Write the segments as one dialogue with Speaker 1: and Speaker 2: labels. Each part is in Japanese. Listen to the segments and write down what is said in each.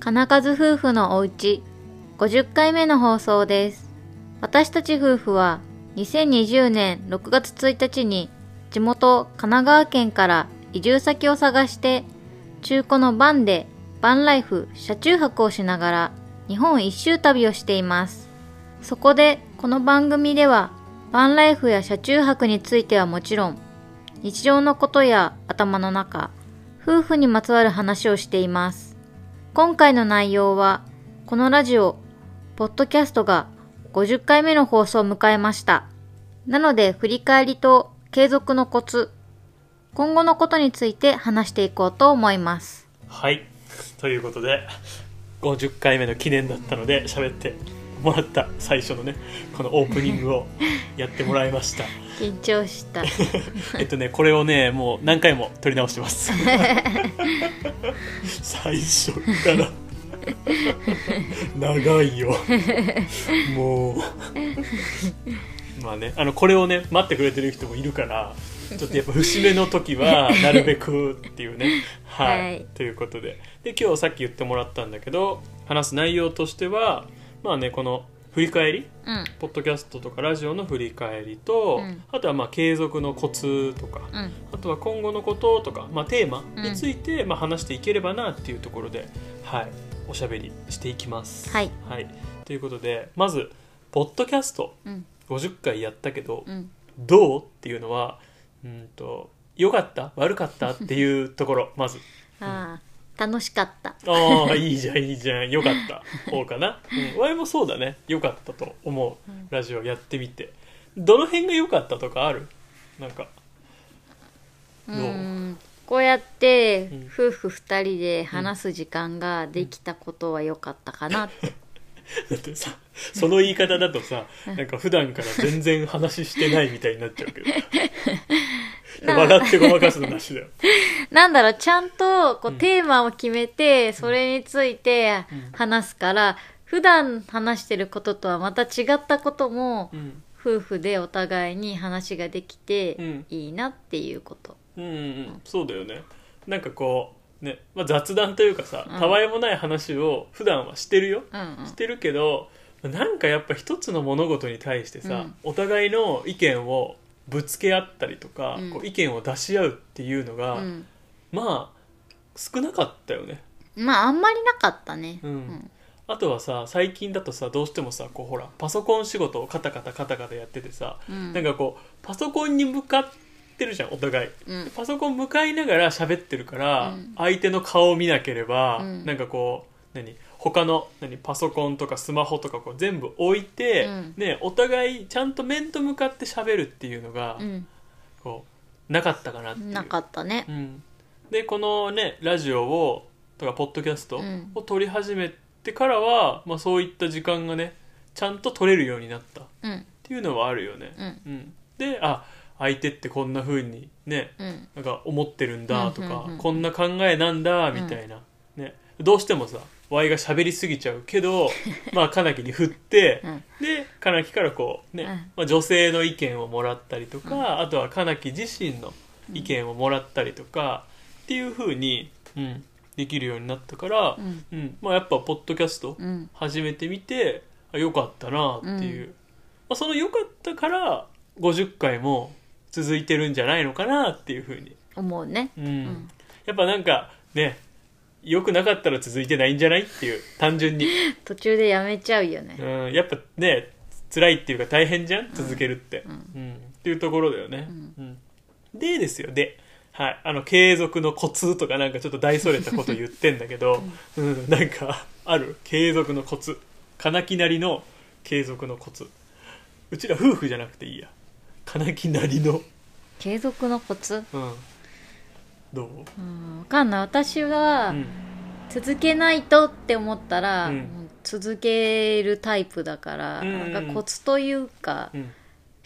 Speaker 1: 花数夫婦のおうち50回目の放送です私たち夫婦は2020年6月1日に地元神奈川県から移住先を探して中古のバンでバンライフ車中泊をしながら日本一周旅をしていますそこでこの番組ではバンライフや車中泊についてはもちろん日常のことや頭の中夫婦にまつわる話をしています今回の内容はこのラジオポッドキャストが50回目の放送を迎えましたなので振り返りと継続のコツ今後のことについて話していこうと思います
Speaker 2: はいということで50回目の記念だったので喋ってもらった最初のねこのオープニングをやってもらいました
Speaker 1: 緊張した
Speaker 2: えっとねこれをねもう何回も撮り直してます最初から長いよもうまあねあのこれをね待ってくれてる人もいるからちょっとやっぱ節目の時はなるべくっていうねはい、
Speaker 1: はい
Speaker 2: ということでで今日さっき言ってもらったんだけど話す内容としてはまあねこの振り返り
Speaker 1: うん
Speaker 2: ポッドキャストとかラジオの振り返りと、
Speaker 1: うん
Speaker 2: あとはまあ継続のコツとか、
Speaker 1: うん
Speaker 2: あとは今後のこととか、まあ、テーマ
Speaker 1: うん
Speaker 2: について、まあ、話していければなっていうところで、はい、おしゃべりしていきます。
Speaker 1: はい、
Speaker 2: ということでまずポッドキャスト
Speaker 1: うん
Speaker 2: 50回やったけど、
Speaker 1: うん
Speaker 2: どうっていうのはうんと良かった悪かったっていうところまず
Speaker 1: ああ楽しかった
Speaker 2: ああいいじゃんいいじゃん良かった方かな、うん、我々もそうだね良かったと思う
Speaker 1: うん
Speaker 2: ラジオやってみてどの辺が良かったとかあるなんか
Speaker 1: う
Speaker 2: ど
Speaker 1: ー
Speaker 2: うん
Speaker 1: こうやって
Speaker 2: うん
Speaker 1: 夫婦2人で話す時間ができたことは良かったかなって
Speaker 2: だってさその言い方だとさなんか普段から全然話してないみたいになっちゃうけど
Speaker 1: な
Speaker 2: 笑ってごまかすのなしだよ
Speaker 1: なんだろうちゃんとこう
Speaker 2: うん
Speaker 1: テーマを決めてそれについて
Speaker 2: うん
Speaker 1: 話すから普段話してることとはまた違ったことも
Speaker 2: うん
Speaker 1: 夫婦でお互いに話ができ
Speaker 2: う
Speaker 1: て
Speaker 2: ん
Speaker 1: いいなっていうこと
Speaker 2: うんうんうんそうだよねなんかこうね、まあ、雑談というかさ
Speaker 1: うん
Speaker 2: たわいもない話を普段はしてるよ、
Speaker 1: うんうん
Speaker 2: してるけどなんかやっぱ一つの物事に対して
Speaker 1: う
Speaker 2: さ、
Speaker 1: ん
Speaker 2: お互いの意見をぶつけ合ったりとか、
Speaker 1: うん
Speaker 2: こう意見を出し合うっていうのが、
Speaker 1: うん
Speaker 2: まあ少なかったよね
Speaker 1: まああんまりなかったね
Speaker 2: うん
Speaker 1: うん
Speaker 2: あとはさ最近だとさどうしてもさこうほらパソコン仕事をカタカタカタカタやっててさ、
Speaker 1: うん
Speaker 2: なんかこうパソコンに向かってるじゃんお互い
Speaker 1: うん
Speaker 2: パソコン向かいながら喋ってるか
Speaker 1: う
Speaker 2: ら、
Speaker 1: ん
Speaker 2: 相手の顔を見なければ、
Speaker 1: うん
Speaker 2: なんかこう何他の何パソコンとかスマホとかこう全部置いて、
Speaker 1: うん
Speaker 2: ね、お互いちゃんと面と向かって喋るっていうのが、
Speaker 1: うん
Speaker 2: こうなかったかなっていう。
Speaker 1: なかったね
Speaker 2: うん、でこのねラジオをとかポッドキャスト
Speaker 1: うん
Speaker 2: を撮り始めてからは、まあ、そういった時間がねちゃんと撮れるようになったっ
Speaker 1: うん
Speaker 2: ていうのはあるよね。
Speaker 1: うん
Speaker 2: うん、であ相手ってこんな風にね
Speaker 1: うん
Speaker 2: なんか思ってるんだとか、
Speaker 1: うんうんうん
Speaker 2: こんな考えなんだみたいな、ね、どうしてもさ Y が喋りすぎちゃう けどまあカナキに振って、
Speaker 1: うん
Speaker 2: でカナキからこうね、
Speaker 1: うん
Speaker 2: まあ、女性の意見をもらったりとか、あとはカナキ自身の意見をもらったりとか、っていう風に、うん、できるようになったから
Speaker 1: う、ん
Speaker 2: うんまあ、やっぱポッドキャスト
Speaker 1: うん
Speaker 2: 始めてみてあ良かったなっていう、まあ、その良かったから50回も続いてるんじゃないのかなっていう風に
Speaker 1: 思うね
Speaker 2: うん
Speaker 1: ん
Speaker 2: やっぱなんかね良くなかったら続いてないんじゃないっていう単純に、
Speaker 1: 途中でやめちゃうよね
Speaker 2: うん、やっぱね辛いっていうか大変じゃん続けるって、
Speaker 1: うん
Speaker 2: うんっていうところだよね、
Speaker 1: うん
Speaker 2: うんでですよで、はい、あの継続のコツとかなんかちょっと大それたこと言ってんだけど、うんなんかある継続のコツ金木なりの継続のコツうちら夫婦じゃなくていいや金木なりの、
Speaker 1: 継続のコツ
Speaker 2: うん、どう、
Speaker 1: うんわかんない私は、
Speaker 2: うん
Speaker 1: 続けないとって思ったら、
Speaker 2: うん
Speaker 1: もう続けるタイプだから、
Speaker 2: うんうん
Speaker 1: なんかコツというか、
Speaker 2: うん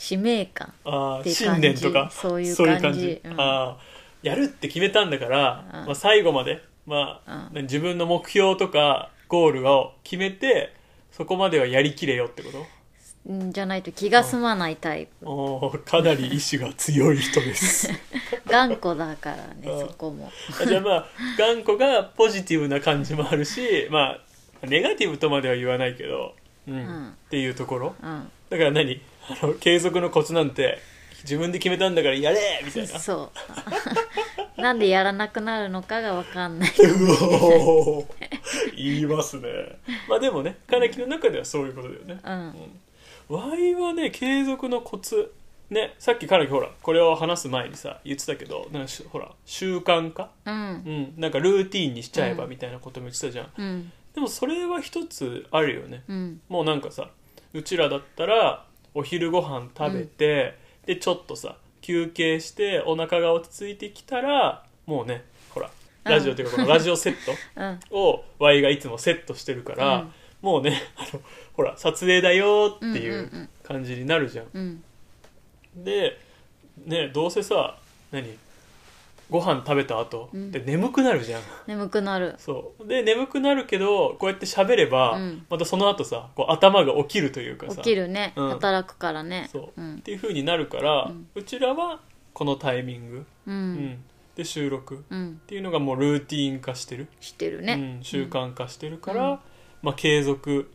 Speaker 1: 使命感
Speaker 2: あ
Speaker 1: っ
Speaker 2: あ
Speaker 1: ていう
Speaker 2: 信
Speaker 1: 感じ
Speaker 2: 念とか
Speaker 1: そういう感じうん
Speaker 2: ああやるって決めたんだから、
Speaker 1: うん
Speaker 2: まあ、最後まで、まあ自分の目標とかゴールを決めてそこまではやりきれよってこと
Speaker 1: うんじゃないと気が済まないタイプ、
Speaker 2: おーかなり意志が強い人です
Speaker 1: 頑固だからね
Speaker 2: うん
Speaker 1: そこも
Speaker 2: じゃあまあ頑固がポジティブな感じもあるしまあネガティブとまでは言わないけど、うん
Speaker 1: ん
Speaker 2: っていうところ
Speaker 1: うん
Speaker 2: だから何あの継続のコツなんて自分で決めたんだからやれみたいな
Speaker 1: そう なんでやらなくなるのかがわかんないう
Speaker 2: おー言いますね まあでもね金木の中ではそういうことだよね
Speaker 1: うん
Speaker 2: ワイはね継続のコツねさっき金木ほらこれを話す前にさ言ってたけどなんかしほら習慣化
Speaker 1: うん
Speaker 2: うんなんかルーティンにしちゃえばみたいなことも言ってたじゃん、
Speaker 1: うん
Speaker 2: でもそれは一つあるよね
Speaker 1: うん
Speaker 2: もうなんかさうちらだったらお昼ご飯食べて、でちょっとさ休憩してお腹が落ち着いてきたらもうねほらラジオっていうかこのラジオセット
Speaker 1: うん
Speaker 2: を Y がいつもセットしてるから、
Speaker 1: うん
Speaker 2: もうね あのほら撮影だよってい
Speaker 1: んうんう
Speaker 2: うん感じになるじゃん,、
Speaker 1: うん
Speaker 2: でねどうせさ何ご飯食べた後
Speaker 1: うん
Speaker 2: で眠くなるじゃん、
Speaker 1: 眠くなる
Speaker 2: そうで眠くなるけどこうやって喋れば、
Speaker 1: うん
Speaker 2: またその後さこう頭が起きるというかさ
Speaker 1: 起きるね
Speaker 2: うん
Speaker 1: 働くからね
Speaker 2: そう、
Speaker 1: ん
Speaker 2: っていう風になるから、う
Speaker 1: うん
Speaker 2: ちらはこのタイミング、
Speaker 1: う
Speaker 2: うん
Speaker 1: ん
Speaker 2: で収録っ
Speaker 1: うん
Speaker 2: ていうのがもうルーティン化してる、
Speaker 1: してる
Speaker 2: う
Speaker 1: ね
Speaker 2: ん、習慣化してるから、
Speaker 1: うん
Speaker 2: まあ、継続、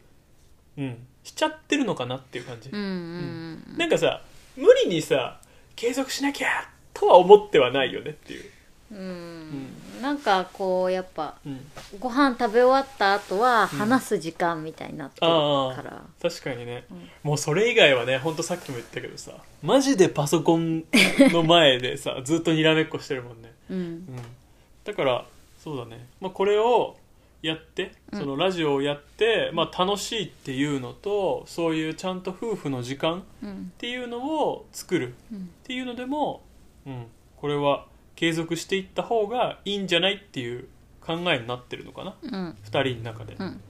Speaker 2: うん、しちゃってるのかなっていう感じ、
Speaker 1: うんうん
Speaker 2: なんかさ無理にさ継続しなきゃとは思ってはないよねっていう、
Speaker 1: うんうんなんかこうやっぱ
Speaker 2: うん、
Speaker 1: ご飯食べ終わった後は話す時間みたいになってるから
Speaker 2: 確かにね、
Speaker 1: ん
Speaker 2: もうそれ以外はねほんとさっきも言ったけどさマジでパソコンの前でさ ずっとにらめっこしてるもんね
Speaker 1: うん
Speaker 2: うん、だからそうだね、まあ、これをやって
Speaker 1: うん
Speaker 2: そのラジオをやって、まあ、楽しいっていうのとそういうちゃんと夫婦の時間っ
Speaker 1: うん
Speaker 2: ていうのを作るっ
Speaker 1: うん
Speaker 2: ていうのでも、うん、これは継続していった方がいいんじゃないっていう考えになってるのかな
Speaker 1: うん
Speaker 2: 2人の中で、
Speaker 1: うん
Speaker 2: うん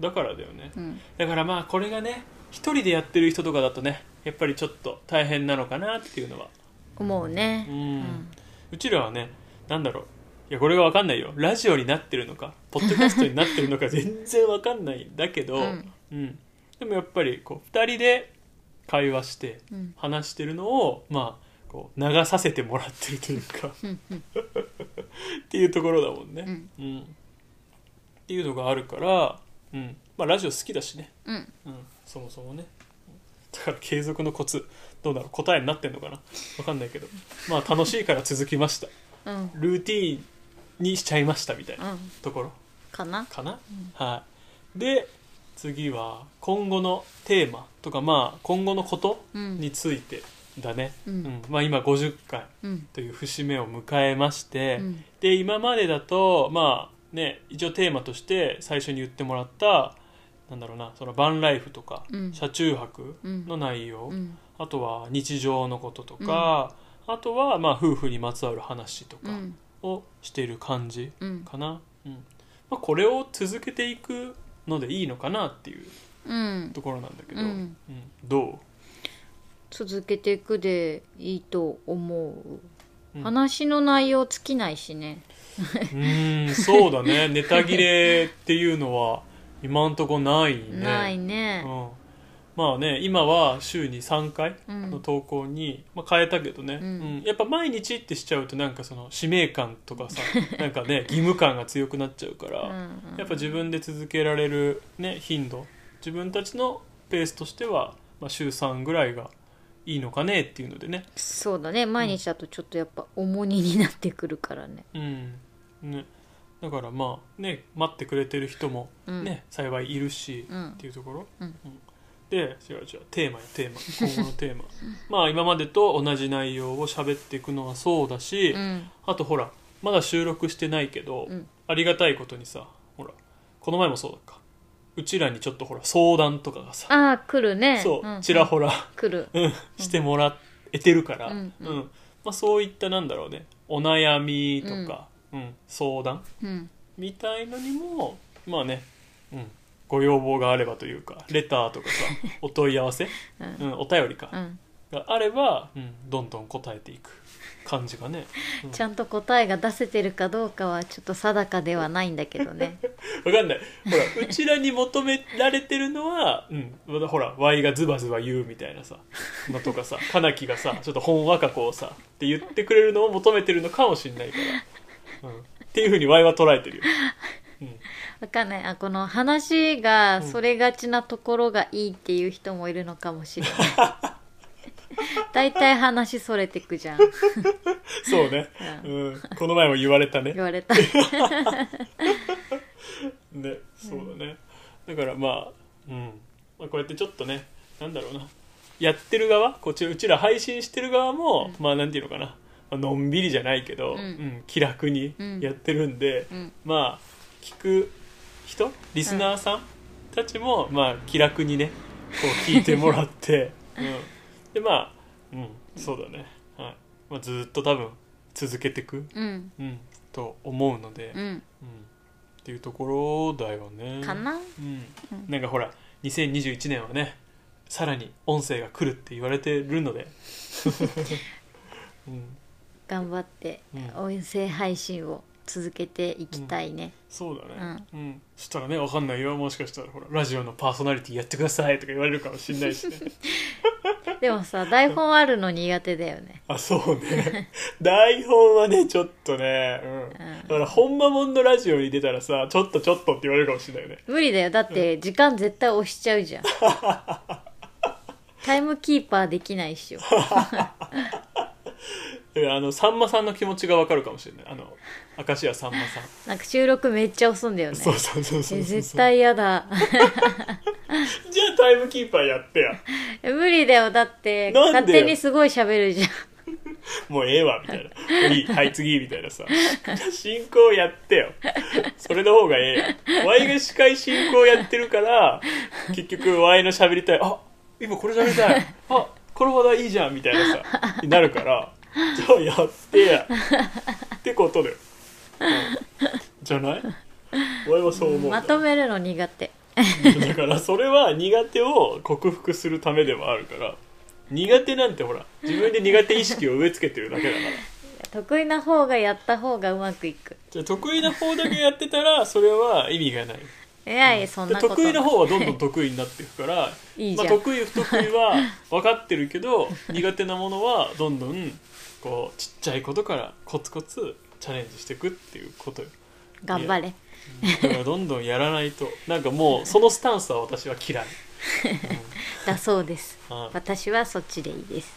Speaker 2: だからだよね
Speaker 1: うん
Speaker 2: だからまあこれがね1人でやってる人とかだとねやっぱりちょっと大変なのかなっていうのは
Speaker 1: 思うね
Speaker 2: うんうちらはねなんだろういやこれが分かんないよラジオになってるのかポッドキャストになってるのか全然分かんないんだけど、
Speaker 1: うん
Speaker 2: うんでもやっぱりこう2人で会話して
Speaker 1: うん
Speaker 2: 話してるのをまあこう流させてもらってるという かっ
Speaker 1: うんうん
Speaker 2: ていうところだもん
Speaker 1: う
Speaker 2: ね、
Speaker 1: ん
Speaker 2: うんっていうのがあるから、うんまあ、ラジオ好きだしね、
Speaker 1: うん
Speaker 2: うん、そもそもねだから継続のコツどうだろう答えになってんのかな分かんないけどまあ楽しいから続きました
Speaker 1: うん
Speaker 2: ルーティーンにしちゃいましたみたいな
Speaker 1: うん
Speaker 2: ところ
Speaker 1: かな
Speaker 2: かな、はいで次は今後のテーマとかまあ今後のこと
Speaker 1: うん
Speaker 2: についてだね、
Speaker 1: うん
Speaker 2: まあ、今50回
Speaker 1: うん
Speaker 2: という節目を迎えまして、
Speaker 1: うん
Speaker 2: で今までだとまあね一応テーマとして最初に言ってもらったなんだろうなそのバンライフとか、
Speaker 1: うん
Speaker 2: 車中泊の内容、
Speaker 1: うん
Speaker 2: あとは日常のこととか、あとはまあ夫婦にまつわる話とか、
Speaker 1: うん
Speaker 2: をしている感じ
Speaker 1: うん
Speaker 2: かな、うんまあ、これを続けていくのでいいのかなっていう
Speaker 1: うん
Speaker 2: ところなんだけど、
Speaker 1: うん
Speaker 2: うん ど
Speaker 1: 続けていくでいいと思う、
Speaker 2: うん
Speaker 1: 話の内容尽きないしね
Speaker 2: ううーんそうだねネタ切れっていうのは今んとこないね
Speaker 1: ない
Speaker 2: うん
Speaker 1: ね、
Speaker 2: まあね今は週に3回
Speaker 1: うん
Speaker 2: の投稿に、まあ、変えたけどね、
Speaker 1: うん
Speaker 2: やっぱ毎日ってしちゃうとなんかその使命感 とかさなんかね義務感が強くなっちゃうから、
Speaker 1: うん
Speaker 2: やっぱ自分で続けられる、ね、頻度自分たちのペースとしては、まあ、週3ぐらいがいいのかねっていうのでね,、
Speaker 1: そうだね毎日だとちょっとやっぱ重荷になってくるからね
Speaker 2: うん、ねだからまあね待ってくれてる人も、
Speaker 1: うん
Speaker 2: ね幸いいるし、
Speaker 1: う
Speaker 2: っ
Speaker 1: ん
Speaker 2: ていうところ、
Speaker 1: うん
Speaker 2: で違う違うテーマやテーマ今後のテーマまあ今までと同じ内容を喋っていくのはそうだし、
Speaker 1: うん
Speaker 2: あとほらまだ収録してないけど、
Speaker 1: うん
Speaker 2: ありがたいことにさほらこの前もそうだかうちらにちょっとほら相談とかがさ
Speaker 1: ああ来るね
Speaker 2: そう、
Speaker 1: ん
Speaker 2: ちらほら
Speaker 1: 来る
Speaker 2: うんしてもらえてるから、
Speaker 1: うんうん
Speaker 2: まあ、そういったなんだろうねお悩みとか、うん相談
Speaker 1: うん
Speaker 2: みたいのにもまあね、うん、ご要望があればというかレターとか さお問い合わせ、
Speaker 1: う
Speaker 2: うんん、お便りか
Speaker 1: う、ん
Speaker 2: があれば、うん、どんどん答えていく感じがねうん
Speaker 1: ちゃんと答えが出せてるかどうかはちょっと定かではないんだけど ね
Speaker 2: わかんないほらうちらに求められてるのは、うん、まだほら Y がズバズバ言うみたいなさのと かさかなきがさちょっとほんわかこうさって言ってくれるのを求めてるのかもしんない から、うん、っていうふうに Y は捉えてるよ、うん、
Speaker 1: わかんないあこの話がそれがちなところがいいっていう人もいるのかもし れないだいたい話それてくじゃん
Speaker 2: そうね、
Speaker 1: う
Speaker 2: うん、この前も言われたね
Speaker 1: 言われ た
Speaker 2: ねそうだね、だからまあ、うんまあ、こうやってちょっとねなんだろうなやってる側こっちうちら配信してる側も、まあなんていうのかな、まあのんびりじゃないけど、
Speaker 1: うん
Speaker 2: うん気楽に
Speaker 1: うん
Speaker 2: やってるんで、
Speaker 1: うん
Speaker 2: まあ聞く人リスナーさんたちも、まあ気楽にねこう聞いても らって、うん、でまあうんそうだね、はいまあ、ずっと多分続けてく、
Speaker 1: うん
Speaker 2: うん、と思うので、
Speaker 1: うん
Speaker 2: うんっていうところだよね
Speaker 1: かな
Speaker 2: うん
Speaker 1: うん
Speaker 2: なんかほら2021年はねさらに音声が来るって言われてるので、うん、
Speaker 1: 頑張って
Speaker 2: うん
Speaker 1: 音声配信を続けていきたいね、
Speaker 2: そうだね、うんそしたらねわかんないよもしかしたらほらラジオのパーソナリティやってくださいとか言われるかもしんないしね
Speaker 1: でもさ台本あるの苦手だよね
Speaker 2: あそうね台本はねちょっとね、うん、
Speaker 1: うん
Speaker 2: だから本間もんのラジオに出たらさちょっとちょっとって言われるかもしんないよね
Speaker 1: 無理だよだって時間絶対押しちゃうじゃんタイムキーパーできないっしょ
Speaker 2: だからあのさんまさんの気持ちがわかるかもしれないあの明石家さんまさん
Speaker 1: なんか収録めっちゃ遅いんだよね
Speaker 2: そうそうそうそうそう
Speaker 1: え絶対やだ
Speaker 2: じゃあタイムキーパーやっ てや
Speaker 1: え無理だよだって
Speaker 2: なんでよ
Speaker 1: 勝手にすごい喋るじゃん
Speaker 2: もうええわみたいな「いいはい次」みたいなさ進行やってよそれの方がええよ Y が司会進行やってるから結局 Y の喋りたいあ今これ喋りたいあこの話題いいじゃんみたいなさになるからじゃあやってやってことだよ、うんじゃない Y はそう思うん
Speaker 1: ま
Speaker 2: だ
Speaker 1: とめるの苦手
Speaker 2: だからそれは苦手を克服するためではあるから苦手なんてほら自分で苦手意識を植え付けてるだけだから
Speaker 1: 得意な方がやった方がうまくいく
Speaker 2: じゃあ得意な方だけやってたらそれは意味がない
Speaker 1: いやいやそん
Speaker 2: で
Speaker 1: なこと
Speaker 2: 得意な方はどんどん得意になっていくから
Speaker 1: いいじ
Speaker 2: ま
Speaker 1: ゃ
Speaker 2: あ、
Speaker 1: ん
Speaker 2: 得意不得意は分かってるけど苦手なものはどんどんこうちっちゃいことからコツコツチャレンジしていくっていうことよ
Speaker 1: 頑張れ
Speaker 2: だからどんどんやらないとなんかもうそのスタンスは私は嫌い
Speaker 1: だそうです
Speaker 2: はい
Speaker 1: 私はそっちでいいです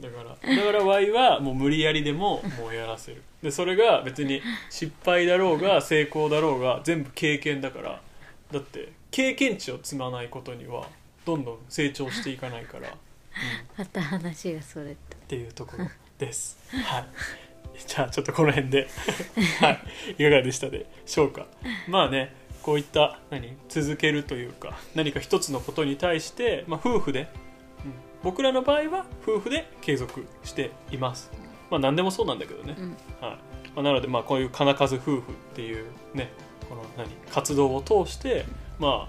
Speaker 2: だからだから Y はもう無理やりでももうやらせるでそれが別に失敗だろうが成功だろうが全部経験だからだって経験値を積まないことにはどんどん成長していかないから、うん、っ
Speaker 1: また話がそれた
Speaker 2: ていうところですはいじゃあちょっとこの辺ではいいかがでしたでしょうかまあねこういった何続けるというか何か一つのことに対して、まあ、夫婦で僕らの場合は夫婦で継続しています、まあ、何でもそうなんだけどね、
Speaker 1: うん
Speaker 2: はいまあ、なのでまあこういう金数夫婦っていうねこの何活動を通してまあ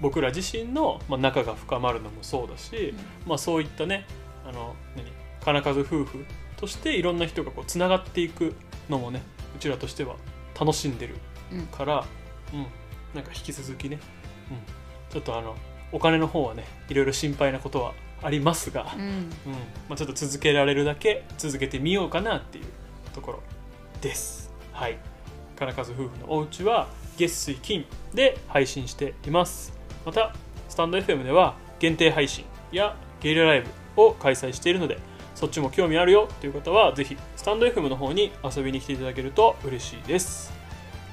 Speaker 2: 僕ら自身のまあ仲が深まるのもそうだし、まあ、そういったねあの何金数夫婦としていろんな人がこうつながっていくのもねうちらとしては楽しんでる
Speaker 1: うん
Speaker 2: から、うんなんか引き続きね、うん、ちょっとあのお金の方はねいろいろ心配なことはありますが、
Speaker 1: うん
Speaker 2: うんまあ、ちょっと続けられるだけ続けてみようかなっていうところですはい金数夫婦のお家は月水金で配信していますまたスタンド FM では限定配信やゲリラライブを開催しているのでそっちも興味あるよという方はぜひスタンド FM の方に遊びに来ていただけると嬉しいです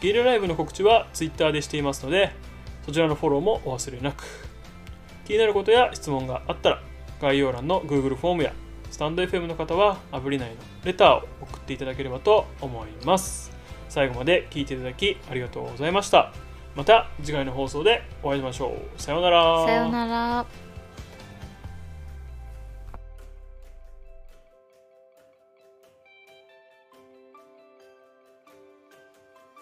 Speaker 2: ゲリラライブの告知は Twitter でしていますのでそちらのフォローもお忘れなく気になることや質問があったら概要欄の Google フォームやスタンド FM の方はアプリ内のレターを送っていただければと思います最後まで聞いていただきありがとうございましたまた次回の放送でお会いしましょうさよう
Speaker 1: さよなら